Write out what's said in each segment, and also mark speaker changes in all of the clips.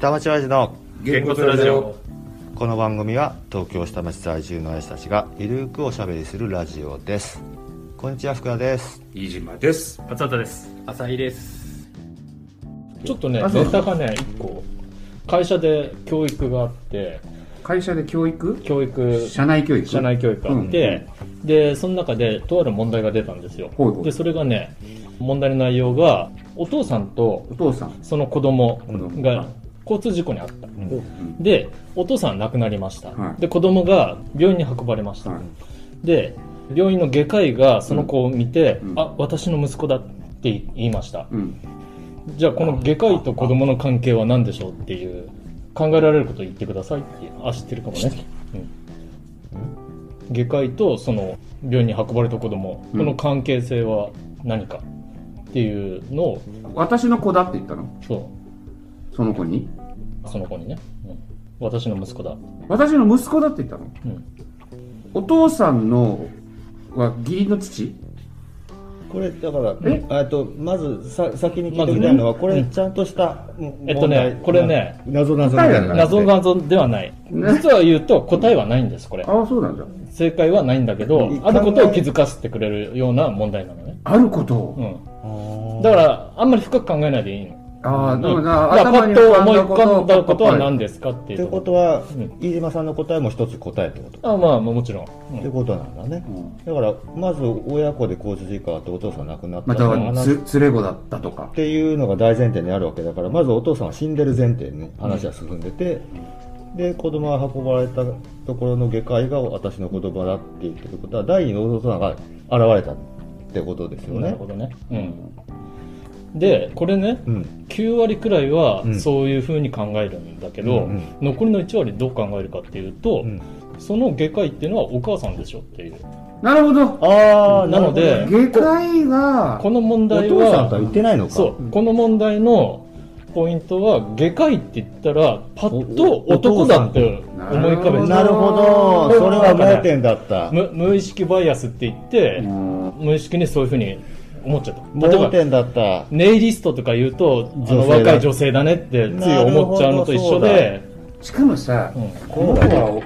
Speaker 1: 下町親父の
Speaker 2: げんこつラジオ
Speaker 1: この番組は東京下町在住の親父たちがゆるくおしゃべりするラジオですこんにちは福田です
Speaker 2: 飯島です
Speaker 3: 松畑です
Speaker 4: 朝日です
Speaker 5: ちょっとね、ネタがね、一個、会社で教育があって、
Speaker 4: 会社で教育
Speaker 5: 教育、
Speaker 4: 社内教育
Speaker 5: 社内教育があって、で、その中で、とある問題が出たんですよ
Speaker 4: ほうほ。う
Speaker 5: で、それがね、問題の内容が、お父さんと
Speaker 4: お父さん
Speaker 5: その子供
Speaker 4: 供
Speaker 5: が交通事故に遭った。
Speaker 4: ん
Speaker 5: で、お父さんは亡くなりました。
Speaker 4: はい
Speaker 5: で、子供が病院に運ばれました。
Speaker 4: はい
Speaker 5: で、病院の外科医がその子を見て、
Speaker 4: うん
Speaker 5: あ、私の息子だって言いました。
Speaker 4: うん
Speaker 5: じゃあこの外科医と子供の関係は何でしょうっていう考えられることを言ってくださいっていうあ知ってるかもね、うん、外科医とその病院に運ばれた子供、
Speaker 4: うん
Speaker 5: この関係性は何かっていうのを
Speaker 4: 私の子だって言ったの
Speaker 5: そ
Speaker 4: その子に
Speaker 5: うその子にね、うん私の息子だ、
Speaker 4: 私の息子だって言ったの
Speaker 5: うん、
Speaker 4: お父さんのは義理の父
Speaker 6: これだから
Speaker 4: え
Speaker 6: えっとまずさ先に聞
Speaker 5: ま
Speaker 6: い
Speaker 5: ず
Speaker 6: て
Speaker 5: ね
Speaker 6: みたいのは、こ
Speaker 5: う
Speaker 6: れ
Speaker 5: ん
Speaker 6: ちゃんとした、
Speaker 5: えっとね
Speaker 6: 問題
Speaker 5: これね
Speaker 6: な謎謎みたいな
Speaker 5: 謎が謎ではない
Speaker 4: ね
Speaker 5: 実は言うと答えはないんですこれ
Speaker 4: ああそうなんだ
Speaker 5: 正解はないんだけど
Speaker 6: うん
Speaker 5: あることを気づかせてくれるような問題なのね、
Speaker 4: あることを、
Speaker 5: うん、だからあんまり深く考えないでいいの
Speaker 4: ああだか
Speaker 5: だ
Speaker 4: ら
Speaker 5: からパ
Speaker 4: 頭に
Speaker 5: ッと思い
Speaker 4: 浮か
Speaker 5: 浮か
Speaker 4: ん
Speaker 5: ん
Speaker 4: だ
Speaker 5: だ
Speaker 4: こ
Speaker 5: ことと
Speaker 4: は
Speaker 5: は
Speaker 4: 何
Speaker 5: 何ですかってい
Speaker 6: っ
Speaker 5: う
Speaker 6: てこと
Speaker 5: は
Speaker 6: は、
Speaker 5: うん
Speaker 6: 飯島さんの答えも一つ答えってこと、
Speaker 5: あまあまあもちろん、うん
Speaker 6: ってことなんだね、だからまず親子で交通事故があってお父さん亡くなった
Speaker 4: また
Speaker 6: その話
Speaker 4: はつ連れ子だったとか
Speaker 6: っていうのが大前提にあるわけだからまずお父さんは死んでる前提に話は進んでて、で子供が運ばれたところの外科医が私の子供だって言ってることは第二のお父さんが現れたってことですよ
Speaker 5: な
Speaker 6: ね
Speaker 5: るほどね、うん、でこれね、
Speaker 6: うん
Speaker 5: 9割くらいは
Speaker 6: うん
Speaker 5: そういうふうに考えるんだけど、
Speaker 6: うんうん
Speaker 5: 残りの1割どう考えるかっていうと、
Speaker 6: うん
Speaker 5: その外科医っていうのはお母さんでしょっていう
Speaker 4: なるほど
Speaker 6: ああ
Speaker 5: なので
Speaker 4: 外科医が
Speaker 5: この問
Speaker 6: お
Speaker 5: 題
Speaker 6: 父さんとは
Speaker 5: は
Speaker 6: 言ってないのか
Speaker 5: そうこの問題のポイントは外科医って言ったらパッと男だって思い浮かべ
Speaker 4: おお父さんと
Speaker 5: る
Speaker 6: なるほどそれは盲点だった
Speaker 5: 無無意識バイアスって言って、
Speaker 4: うん
Speaker 5: 無意識にそういうふうに思っちゃった例え
Speaker 6: 盲
Speaker 5: ば
Speaker 6: 点だった
Speaker 5: ネイリストとか言うとあ
Speaker 6: 女
Speaker 5: の
Speaker 6: 性だ
Speaker 5: 若い女性だねってつい思っちゃうのと一緒で
Speaker 4: しかもさ、
Speaker 5: うん
Speaker 4: この子はお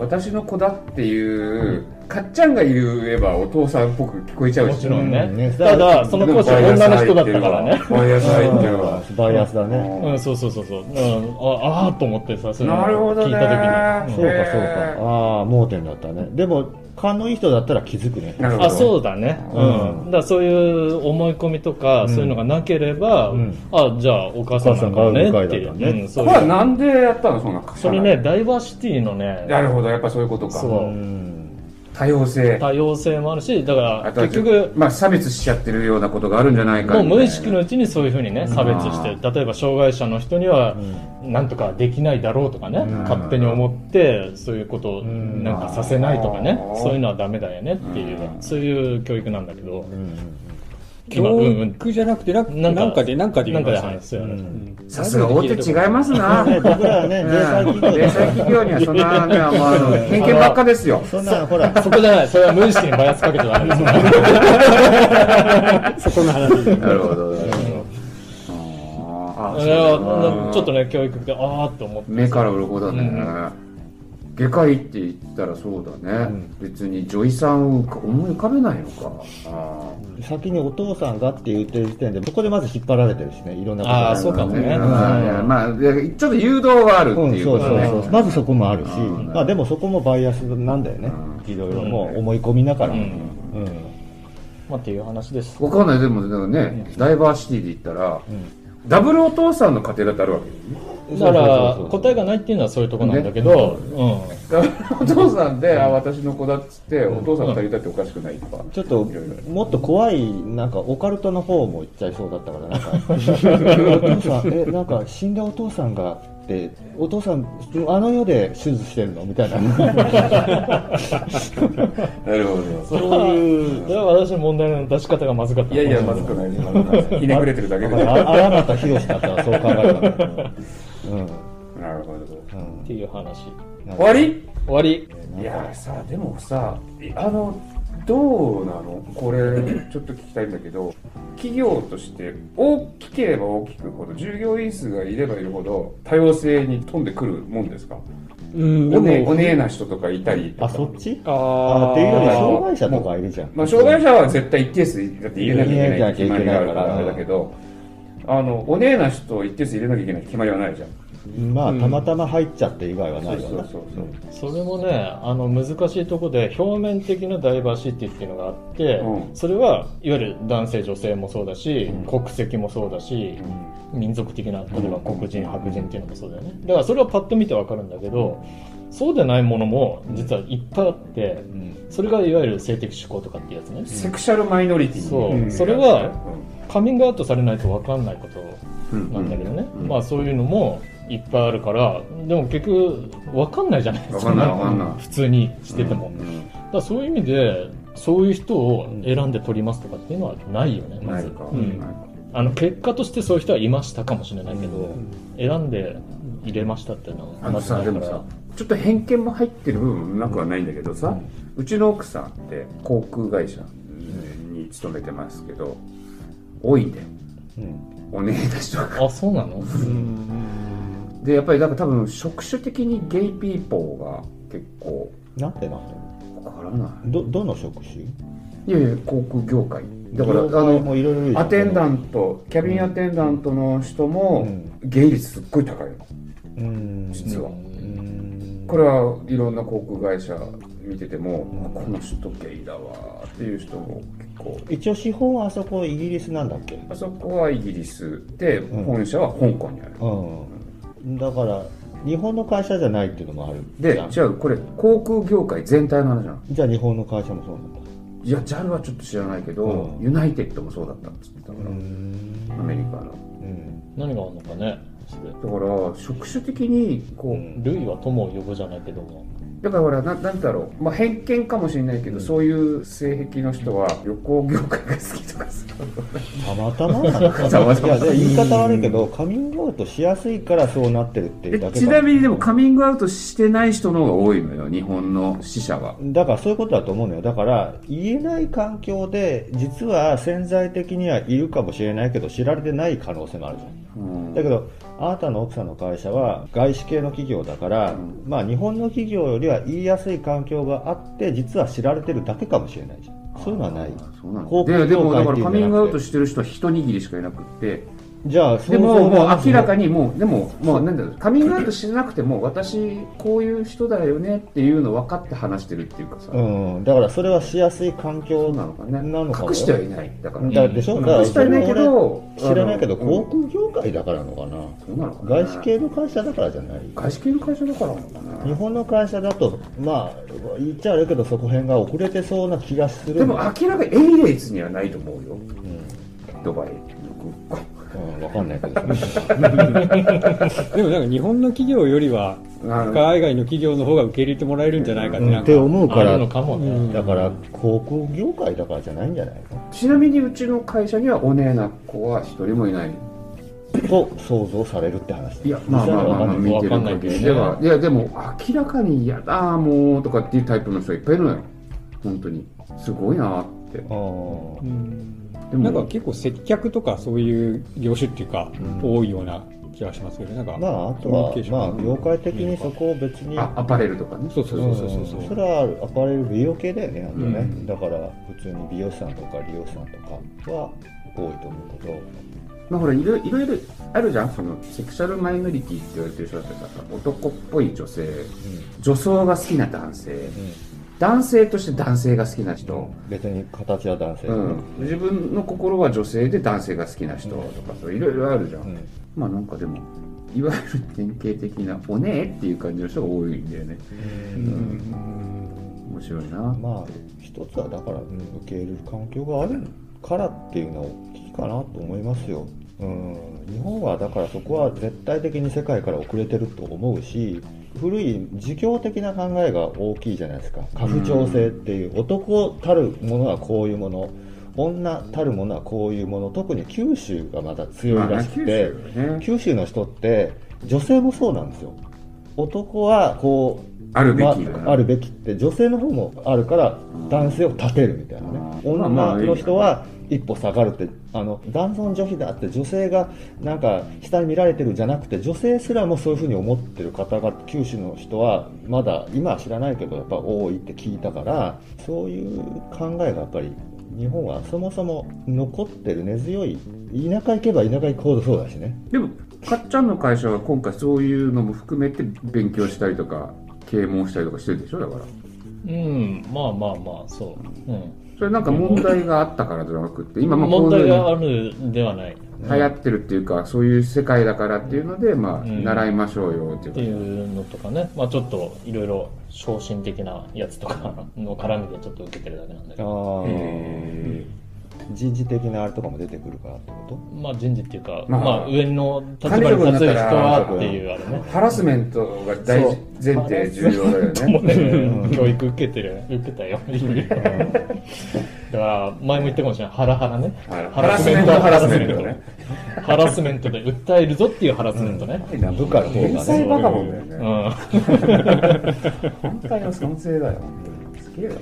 Speaker 4: 私の子だっていう、かっちゃんが言えばお父さんっぽく聞こえちゃう
Speaker 5: も
Speaker 4: し
Speaker 5: ちろんね,、
Speaker 6: うんね
Speaker 5: ただその講師は女の人だったからね
Speaker 4: バイアス入ってるわ
Speaker 6: バイアスだね、
Speaker 5: うん、そうそうそうそう、うん、ああーと思ってさそれ
Speaker 4: なるほど
Speaker 5: 聞い
Speaker 4: ね
Speaker 6: そうかそう
Speaker 4: へ
Speaker 5: た時に、
Speaker 4: ー
Speaker 6: かああ盲点だったねでも勘のいい人だったら気づくね
Speaker 4: なる
Speaker 5: うん
Speaker 4: ほど
Speaker 5: あそうだね、うん
Speaker 6: うん
Speaker 5: だからそういう思い込みとか、そういうのがなければ、
Speaker 6: うん
Speaker 5: あじゃあお母さんなんだねって
Speaker 6: お母さん
Speaker 5: い
Speaker 6: が向
Speaker 5: う,、
Speaker 6: かいだったね
Speaker 5: うん、そ
Speaker 4: こ
Speaker 5: う
Speaker 4: れは
Speaker 5: いう
Speaker 4: なんでやったのそんな
Speaker 5: それねダイバーシティのね
Speaker 4: なるほどやっぱそういうことか
Speaker 5: そう
Speaker 6: うん
Speaker 4: 多様性
Speaker 5: 多様性もあるしだから
Speaker 4: あとは
Speaker 5: 結局
Speaker 4: まあ、差別しちゃってるようなことがあるんじゃないか
Speaker 5: もう
Speaker 4: みたいな
Speaker 5: 無意識のうちにそういうふうにね差別して例えば障害者の人にはなんとかできないだろうとかね勝手に思ってそういうことをなんかさせないとかね
Speaker 4: うん
Speaker 5: そういうのはダメだよねっていうそういう教育なんだけど今
Speaker 7: 教
Speaker 5: うんうん
Speaker 7: 育じゃなくてな
Speaker 5: なんか
Speaker 7: なんかでなんかで
Speaker 5: な
Speaker 7: 言
Speaker 5: ん
Speaker 7: い
Speaker 5: か
Speaker 7: ま
Speaker 5: で
Speaker 7: し
Speaker 5: 話す
Speaker 7: たね
Speaker 5: よね
Speaker 4: さすが大手違います な
Speaker 6: ね僕らはね
Speaker 4: うん
Speaker 6: 零細企業
Speaker 4: 零細企業にはそんな ね、まあ、あの偏見ばっかですよ
Speaker 6: そんなほら
Speaker 5: そこじゃないそれは無意識にバイアスかけちゃダメですね
Speaker 7: そこの話
Speaker 4: なるほどあ
Speaker 5: あ
Speaker 4: ー
Speaker 5: れ
Speaker 4: う
Speaker 5: は
Speaker 4: ん
Speaker 5: ちょっとね教育でああと思って
Speaker 4: 目から鱗だね、外科医って言ったらそうだね、別に女医さんを思い浮かべないのかあ
Speaker 6: 先にお父さんがって言ってる時点でそこでまず引っ張られてるしねいろんなこと
Speaker 5: あ
Speaker 6: が
Speaker 5: あそうかも
Speaker 4: ね
Speaker 5: ね
Speaker 4: うんまあいやちょっと誘導はあるって
Speaker 6: うん、
Speaker 4: いう
Speaker 6: そ
Speaker 4: こ
Speaker 6: う
Speaker 4: と
Speaker 6: そ
Speaker 4: ね、
Speaker 6: うそうまずそこもあるし、
Speaker 4: ん
Speaker 6: まあ、でもそこもバイアスなんだよね、いろいろもう思い込みながら、
Speaker 5: う
Speaker 6: うんん
Speaker 5: まあっていう話です
Speaker 4: わかんないでもだからね、ダイバーシティで言ったら、ダブルお父さんの家庭だってあるわけよ
Speaker 5: だから
Speaker 6: そうそうそうそう
Speaker 5: 答えがないっていうのはそういうとこなんだけどうん
Speaker 4: ダブルお父さんで、あ私の子だっつって、お父さん二人だっておかしくないとか、
Speaker 6: ちょっと
Speaker 4: いろいろ
Speaker 6: もっと怖いなんかオカルトの方も行っちゃいそうだったから なんかお父さんえなんか死んだお父さんがってお父さんあの世で手術してるのみたいな
Speaker 4: なるほど
Speaker 6: そういう
Speaker 5: それは私の問題の出し方がまずかった
Speaker 4: いやいやまずくないですまずくないですひねくれてるだけで
Speaker 6: あ荒俣宏だったらそう考えるかなうん
Speaker 4: なるほど
Speaker 5: っていう話
Speaker 4: 終わり
Speaker 5: 終わり
Speaker 4: いやーさでもさあのどうなのこれちょっと聞きたいんだけど企業として大きければ大きくほど従業員数がいればいるほど多様性に富んでくるもんですか
Speaker 7: うん、
Speaker 4: おねおねえな人とかいたり
Speaker 6: あ、そっち
Speaker 7: あ
Speaker 6: あっていうよりは
Speaker 4: あー
Speaker 6: 障害者とかいるじゃん。
Speaker 4: まあ、障害者は絶対一定数だって入れなきゃいけない決
Speaker 6: 入
Speaker 4: ま
Speaker 6: れな
Speaker 4: り
Speaker 6: きゃいけない
Speaker 4: があるからあれだけどあのおねえな人を一定数入れなきゃいけない決まりはないじゃん
Speaker 6: まあ、たまたま入っちゃって以外は
Speaker 4: そ
Speaker 6: な
Speaker 4: う
Speaker 6: い
Speaker 4: そ
Speaker 6: よ
Speaker 4: う
Speaker 6: な。
Speaker 4: そうそう
Speaker 5: それもねあの難しいとこで表面的なダイバーシティっていうのがあって、
Speaker 4: うん
Speaker 5: それはいわゆる男性女性もそうだし、国籍もそうだし、民族的な例えば黒人白人っていうのもそうだよねだからそれはパッと見てわかるんだけどそうでないものも実はいっぱいあってそれがいわゆる性的指向とかってやつね
Speaker 4: セクシャルマイノリティに
Speaker 5: そうんそれはカミングアウトされないとわかんないこと
Speaker 4: うん
Speaker 5: なんだけどね、
Speaker 4: うんうん
Speaker 5: まあそういうのもいっぱいあるからでも結局わかんないじゃないです
Speaker 4: わ
Speaker 5: か
Speaker 4: かんないわかんない
Speaker 5: 普通にしてても、
Speaker 4: うんうん
Speaker 5: だからそういう意味でそういう人を選んで取りますとかっていうのはないよね、ま
Speaker 4: ない
Speaker 5: ず
Speaker 4: か、
Speaker 5: うんあの結果としてそういう人はいましたかもしれないけど、選んで入れましたっていうのは
Speaker 4: あの
Speaker 5: まずな
Speaker 4: さ
Speaker 5: い
Speaker 4: で
Speaker 5: か
Speaker 4: も
Speaker 5: ら
Speaker 4: さちょっと偏見も入ってる部分なくはないんだけどさ、うちの奥さんって航空会社に勤めてますけど多いんだよ、おねえな人が
Speaker 5: あそうなの
Speaker 4: でやっぱりだから多分職種的にゲイピーポーが結構
Speaker 6: なんてなんてんの
Speaker 4: わからな
Speaker 6: ど、どの職種
Speaker 4: いいやいや航空業界だからあ
Speaker 6: 業界も
Speaker 4: の
Speaker 6: いろいろいるじゃん
Speaker 4: アテンダントキャビンアテンダントの人も、ゲイ率すっごい高いの
Speaker 6: うん。
Speaker 4: 実は、
Speaker 6: うん
Speaker 4: これはいろんな航空会社見てても、この人ゲイだわーっていう人も結構
Speaker 6: 一応、資本はあそこイギリスなんだっけ
Speaker 4: あそこはイギリスで本社は香港にある、
Speaker 6: うん。だから、日本の会社じゃないっていうのもある。
Speaker 4: で
Speaker 6: じゃん
Speaker 4: 違うこれ航空業界全体の話なの
Speaker 6: じゃあ日本の会社もそうなんだ。
Speaker 4: いや JAL はちょっと知らないけど、
Speaker 6: うん
Speaker 4: ユナイテッドもそうだったっつってたから、アメリカの
Speaker 6: うん。
Speaker 5: 何があるのかねそれ
Speaker 4: だから職種的にこう、
Speaker 5: ルイは友を呼ぶじゃないけども
Speaker 4: だからほらななんだろう、まあ、偏見かもしれないけど、そういう性癖の人は旅行業界が好きとかさ
Speaker 6: たま たまなのか
Speaker 4: たまたま
Speaker 6: いや、で言い方悪いけど、カミングアウトしやすいからそうなってるっていうだけ
Speaker 4: ちなみにでも
Speaker 6: も
Speaker 4: カミングアウトしてない人の方が多いのよ日本の死者は
Speaker 6: だからそういうことだと思うのよ。だから、言えない環境で、実は潜在的にはいるかもしれないけど、知られてない可能性もあるじゃん。だけど、あなたの奥さんの会社は外資系の企業だから、まあ日本の企業よりは言いやすい環境があって、実は知られてるだけかもしれないじゃん。そういうのはない。
Speaker 4: そうな
Speaker 6: 航
Speaker 4: の
Speaker 6: 空
Speaker 4: ででもだから
Speaker 6: 業
Speaker 4: カ
Speaker 6: 界ってい
Speaker 4: ミ
Speaker 6: うんじゃなくて
Speaker 4: ングアウトしてる人は一握りしかいなくって
Speaker 6: じゃあ、そ
Speaker 4: でももう明らか
Speaker 6: に。
Speaker 4: にもうでももうなんだろうカミングアウトしなくても私こういう人だよねっていうの分かって話してるっていうかさ、
Speaker 6: うん。だからそれはしやすい環境
Speaker 4: そうなのかね
Speaker 6: なのかも
Speaker 4: 隠してはいないだから、
Speaker 6: だでしょだから
Speaker 4: 隠してはいない
Speaker 6: そ
Speaker 4: けど
Speaker 6: れは俺知らないけど、
Speaker 4: あの
Speaker 6: 航空業界だからなのかな。
Speaker 4: そうなのかな
Speaker 6: 外資系の会社だからじゃない。
Speaker 4: 外資系の会社だからなのかな
Speaker 6: 日本の会社だと、まあ、言っちゃあるけど、そこ辺が遅れてそうな気がする。
Speaker 4: でも明らかにエミレーツにはないと思うよ、ドバイの
Speaker 6: うん、わかんない けど。
Speaker 7: でもなんか日本の企業よりは、
Speaker 4: あの
Speaker 7: 海外の企業の方が受け入れてもらえるんじゃないかって、
Speaker 6: うん
Speaker 7: な
Speaker 6: っ
Speaker 7: ん
Speaker 6: て
Speaker 7: か。
Speaker 6: 思うか
Speaker 5: あ
Speaker 6: ら
Speaker 5: るの、かもね、
Speaker 7: うん
Speaker 6: だから航空業界だからじゃないんじゃない
Speaker 4: ちなみにうちの会社にはおねえな子は一人もいない
Speaker 6: のと想像されるって話
Speaker 4: いやまあまあまあまあ見
Speaker 5: 実
Speaker 4: て
Speaker 5: 際
Speaker 4: る
Speaker 5: はわかんない
Speaker 4: 限りではいやでも明らかに嫌だもうとかっていうタイプの人がいっぱいいるのよ本当にすごいなっ
Speaker 6: あ
Speaker 4: て
Speaker 6: ー
Speaker 7: うん
Speaker 4: で
Speaker 7: なんか
Speaker 4: も
Speaker 7: 結構接客とかそういう業種っていうか、多いような気がしますけど、なんか。
Speaker 6: まああと
Speaker 7: コミュニ
Speaker 6: は
Speaker 7: ケーション
Speaker 6: まあ業界的にそこを別に
Speaker 4: あアパレルとかね
Speaker 7: そうそうそうそうそう。
Speaker 6: うんそれはアパレル美容系だよねあとね、だから普通に美容師さんとか利用師さんとかは多いと思うけど
Speaker 4: まあほらいろいろいろあるじゃんそのセクシャルマイノリティって言われてる人だったら男っぽい女性、女装が好きな男性、男性として男性が好きな人、
Speaker 6: 別に形は男性、
Speaker 4: うん、自分の心は女性で男性が好きな人とかそういろいろあるじゃん、
Speaker 6: ん
Speaker 4: まあなんかでもいわゆる典型的な「おねえ」っていう感じの人が多いんだよねうん面白いな
Speaker 6: まあ一つはだから、うん受け入れる環境があるからっていうのは大きいかなと思いますようん日本はだからそこは絶対的に世界から遅れてると思うし古い儒教的な考えが大きいじゃないですか家父長制っていう男たるものはこういうもの女たるものはこういうもの特に九州がまだ強いらしくて、
Speaker 4: まあね九州はね
Speaker 6: 九州の人って女性もそうなんですよ男はこう
Speaker 4: あるべき
Speaker 6: ま
Speaker 4: だな
Speaker 6: あるべきって女性の方もあるから男性を立てるみたいなね
Speaker 4: まあ
Speaker 6: 女
Speaker 4: まあ
Speaker 6: の人は一歩下がるってあの男尊女卑だって女性がなんか下に見られてるんじゃなくて女性すらもそういうふうに思ってる方が九州の人はまだ今は知らないけどやっぱ多いって聞いたからそういう考えがやっぱり日本はそもそも残ってる根強い田舎行けば田舎行くほどそうだしね
Speaker 4: でもかっちゃんの会社は今回そういうのも含めて勉強したりとか啓蒙したりとかしてるでしょだから
Speaker 5: うん、まあまあまあ、そう。うん、
Speaker 4: それなんか問題があったからじゃなくって今まあこ
Speaker 5: 問
Speaker 4: う
Speaker 5: 題
Speaker 4: いう
Speaker 5: が
Speaker 4: の
Speaker 5: あるではないっ
Speaker 4: 流行ってるっていうかそういう世界だからっていうのでまあ
Speaker 5: ん
Speaker 4: 習いましょうよっていう
Speaker 5: ていうのとかね、まあちょっといろいろ昇進的なやつとかの絡みでちょっと受けてるだけなんだけ
Speaker 6: あ
Speaker 5: ど、
Speaker 6: 人事的なあれとかも出てくるからってこと
Speaker 5: まあ人事っていうか、
Speaker 4: ま
Speaker 5: ま
Speaker 4: あ
Speaker 5: あ、上の立場に立つ人はっていうあれね。
Speaker 4: ハラスメントが大事前提重要だよね
Speaker 5: もうね、教育受けてる、受けたよ。 だから、前も言ったかもしれない。ハラハラね。
Speaker 4: ハラスメントハラスメントね
Speaker 5: ハラスメントで訴えるぞっていうハラスメントね。
Speaker 6: 部下の方が
Speaker 4: 天
Speaker 6: ね
Speaker 4: 才バカボンだよね
Speaker 5: うん。
Speaker 4: 反対の存在だよすげえよ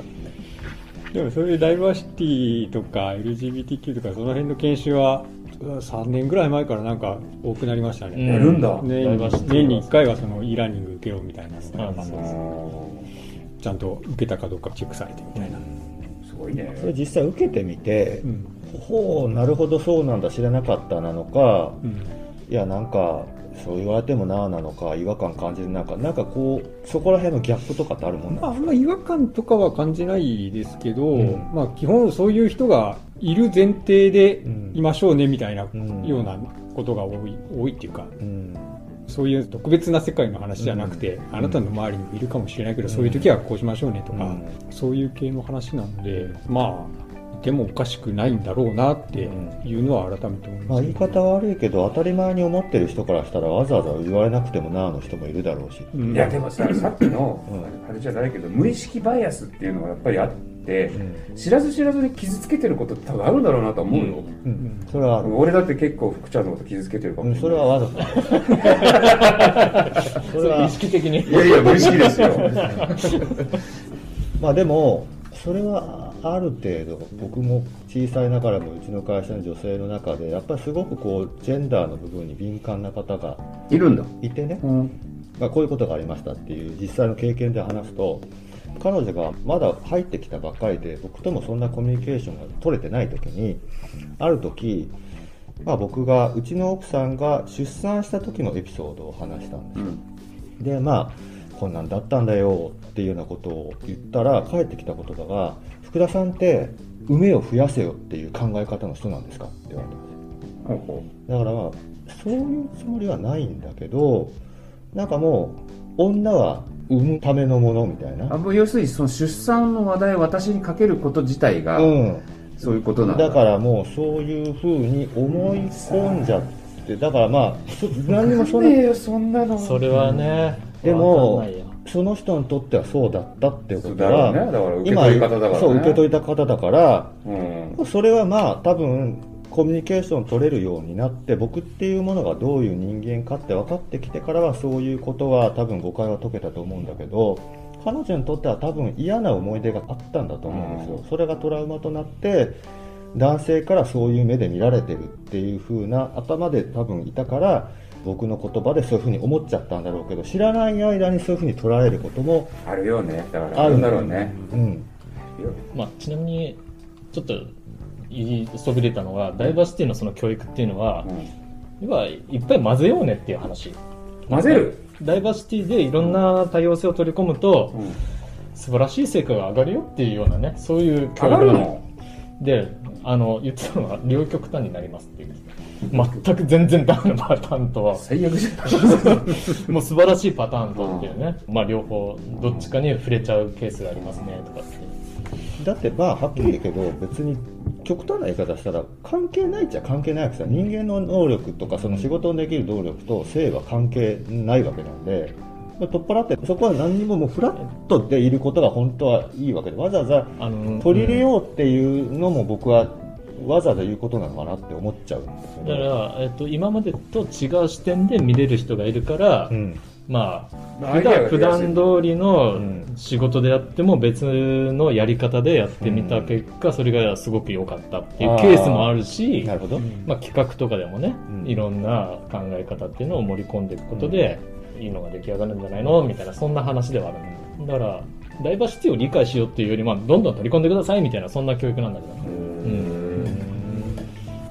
Speaker 7: でもそういうダイバーシティとか LGBTQ とかその辺の研修は3年ぐらい前からなんか多くなりましたね、
Speaker 4: やるんだ
Speaker 7: 年
Speaker 5: ダイ
Speaker 7: に
Speaker 5: バーシティ
Speaker 7: 年に1回はその e ラーニング受けようみたいな
Speaker 5: あそうそう
Speaker 7: ちゃんと受けたかどうかチェックされてみたいな、
Speaker 4: すごいね
Speaker 6: それ実際受けてみて
Speaker 7: う、ん
Speaker 6: ほうなるほどそうなんだ知らなかったなのか
Speaker 7: うん
Speaker 6: いやなんかそう言われてもなあなのか違和感感じるなんかなんかこうそこら辺のギャップとかってあるもん
Speaker 7: ま
Speaker 6: な
Speaker 7: あ、
Speaker 6: ん
Speaker 7: あ
Speaker 6: で
Speaker 7: んま違和感とかは感じないですけど、
Speaker 6: うん
Speaker 7: まあ、基本そういう人がいる前提で
Speaker 6: うん
Speaker 7: いましょうねみたいなよ
Speaker 6: ん
Speaker 7: うなことが多い多いっていうか
Speaker 6: すかうん
Speaker 7: そういう特別な世界の話じゃなくて、あなたの周りにもいるかもしれないけど、そういう時はこうしましょうねとか、
Speaker 6: うん
Speaker 7: そういう系の話なのでまあでもおかしくないんだろうなっていうのは改めて思い
Speaker 6: ま
Speaker 7: ま
Speaker 6: あ、
Speaker 7: す、
Speaker 6: 言い方は悪いけど当たり前に思ってる人からしたらわざわざ言われなくてもなあの人もいるだろうし
Speaker 7: う
Speaker 4: い
Speaker 7: ん
Speaker 4: やでもささっきの
Speaker 6: うん
Speaker 4: あれじゃないけど無意識バイアスっていうのがやっぱりあって知らず知らずに傷つけてることって多分あるんだろうなと思うよ、
Speaker 6: うんそれはある
Speaker 4: 俺だって結構福ちゃんのこと傷つけてるか
Speaker 6: う
Speaker 4: も
Speaker 6: ん
Speaker 4: し
Speaker 6: そ
Speaker 4: れ
Speaker 6: れ
Speaker 4: ない、
Speaker 6: はわざ とそれは
Speaker 5: 意識的に。
Speaker 4: いやいや無意識ですよ
Speaker 6: まあでもそれはある程度僕も小さいながらもうちの会社の女性の中でやっぱりすごくこうジェンダーの部分に敏感な方が
Speaker 4: いるんだ
Speaker 6: いてね、
Speaker 4: うん
Speaker 6: まあ、こういうことがありましたっていう実際の経験で話すと彼女がまだ入ってきたばっかりで僕ともそんなコミュニケーションが取れてない時にある時、まあ、僕がうちの奥さんが出産した時のエピソードを話したんです
Speaker 4: うん
Speaker 6: でまあこんなんだったんだよっていうようなことを言ったら返ってきた言葉が「福田さんって梅を増やせよっていう考え方の人なんですか?」って言われたんです
Speaker 4: ほう
Speaker 6: だか
Speaker 4: ほ
Speaker 6: らまあそういうつもりはないんだけどなんかもう女は産むためのものみたいう
Speaker 4: あ
Speaker 6: な
Speaker 4: もう要するにその出産の話題を私にかけること自体が、
Speaker 6: うん
Speaker 4: そういうことなんだ
Speaker 6: だからもうそういうふうに思い込んじゃってだからまあそ何にもそん な
Speaker 4: ねえよそんなの
Speaker 5: それはね、
Speaker 6: で
Speaker 5: わ
Speaker 6: も
Speaker 5: かんないよ
Speaker 6: その人にとってはそうだったっていう
Speaker 4: そ
Speaker 6: こ
Speaker 4: う
Speaker 6: と
Speaker 4: だろ
Speaker 6: は
Speaker 4: うねだから受け
Speaker 6: 今
Speaker 4: 取り方だからね
Speaker 6: そう受け取り方だから
Speaker 4: うん
Speaker 6: それはまあ多分コミュニケーション取れるようになって僕っていうものがどういう人間かって分かってきてからはそういうことは多分誤解は解けたと思うんだけど彼女にとっては多分嫌な思い出があったんだと思うんですよ、それがトラウマとなって男性からそういう目で見られてるっていう風な頭で多分いたから僕の言葉でそういう風に思っちゃったんだろうけど知らない間にそういう風に捉えることも
Speaker 4: あるよねだから
Speaker 6: あ
Speaker 4: ある
Speaker 6: る
Speaker 4: んだろうね
Speaker 6: うん
Speaker 5: まあ、ちなみに、ちょっと言いそびれたのが、ダイバーシティのその教育っていうのは、
Speaker 4: うん
Speaker 5: 要はいっぱい混ぜようねっていう話。
Speaker 4: 混ぜる、
Speaker 5: ダイバーシティでいろんな多様性を取り込むと、
Speaker 4: うん、
Speaker 5: 素晴らしい成果が上がるよっていうようなね、そういう教
Speaker 4: 上が
Speaker 5: 育な
Speaker 4: る
Speaker 5: の
Speaker 4: の
Speaker 5: で、あの、言ってたのは両極端になりますっていう。全く全然ダメなパターンとは、
Speaker 4: 最悪じゃん
Speaker 5: もう素晴らしいパターンとっていうね、まあ両方、どっちかに触れちゃうケースがありますねとかって。
Speaker 6: だってまあはっきり言うけど別に極端な言い方したら関係ないっちゃ関係ないわけさ人間の能力とかその仕事のできる能力と性は関係ないわけなんでまあ取っ払ってそこは何にももうフラットでいることが本当はいいわけでわざわざ
Speaker 5: あの
Speaker 6: 取り入れようっていうのも僕はわざわざ言うことなのかなって思っちゃうんですよ
Speaker 5: だか
Speaker 6: ね。
Speaker 5: ら、えっと、今までと違う視点で見れる人がいるから、
Speaker 6: うん
Speaker 5: まあ
Speaker 4: アイ
Speaker 5: 普
Speaker 4: デア
Speaker 5: 段
Speaker 4: が
Speaker 5: 普
Speaker 4: 出やすい
Speaker 5: 段通り
Speaker 6: う
Speaker 5: の
Speaker 6: ん
Speaker 5: 仕事でやっても別のやり方でやってみた結果それがすごく良かったっていうケースもあるし
Speaker 6: なるほど。
Speaker 5: まあ、企画とかでもね、
Speaker 6: うん
Speaker 5: いろんな考え方っていうのを盛り込んでいくことで、いいのが出来上がるんじゃないのみたいなそんな話ではあるんだだからダイバーシティを理解しようっていうより、まあ、どんどん取り込んでくださいみたいなそんな教育なんだけどね、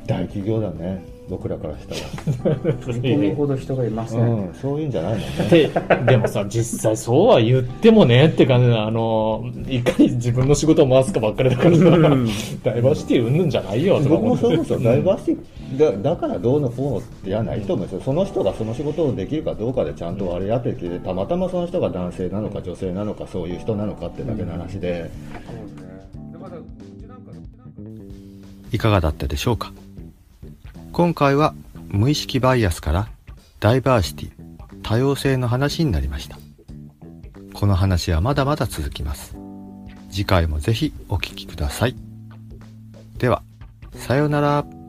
Speaker 6: 大企業だね。僕らからした
Speaker 4: 見込みほど人がいませ
Speaker 6: ら。
Speaker 4: ん。
Speaker 6: うん、そういうんじゃないのね。
Speaker 5: ででもさ実際そうは言ってもねって感じであのいかに自分の仕事を回すかばっかりだからさダイバーシティうんぬんじゃないよとか
Speaker 6: 僕
Speaker 5: 思
Speaker 6: も
Speaker 5: っ
Speaker 6: そ
Speaker 5: て
Speaker 6: うですよ、ダイバーシティだだからどうのこうのってやないと思うんですよ、その人がその仕事をできるかどうかでちゃんと割り当てて、たまたまその人が男性なのか女性なのか、そういう人なのかってだけの話で。
Speaker 1: いかがだったでしょうか今回は無意識バイアスからダイバーシティ多様性の話になりましたこの話はまだまだ続きます次回もぜひお聞きくださいではさようなら